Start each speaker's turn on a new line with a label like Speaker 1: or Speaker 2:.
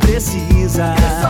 Speaker 1: precisa.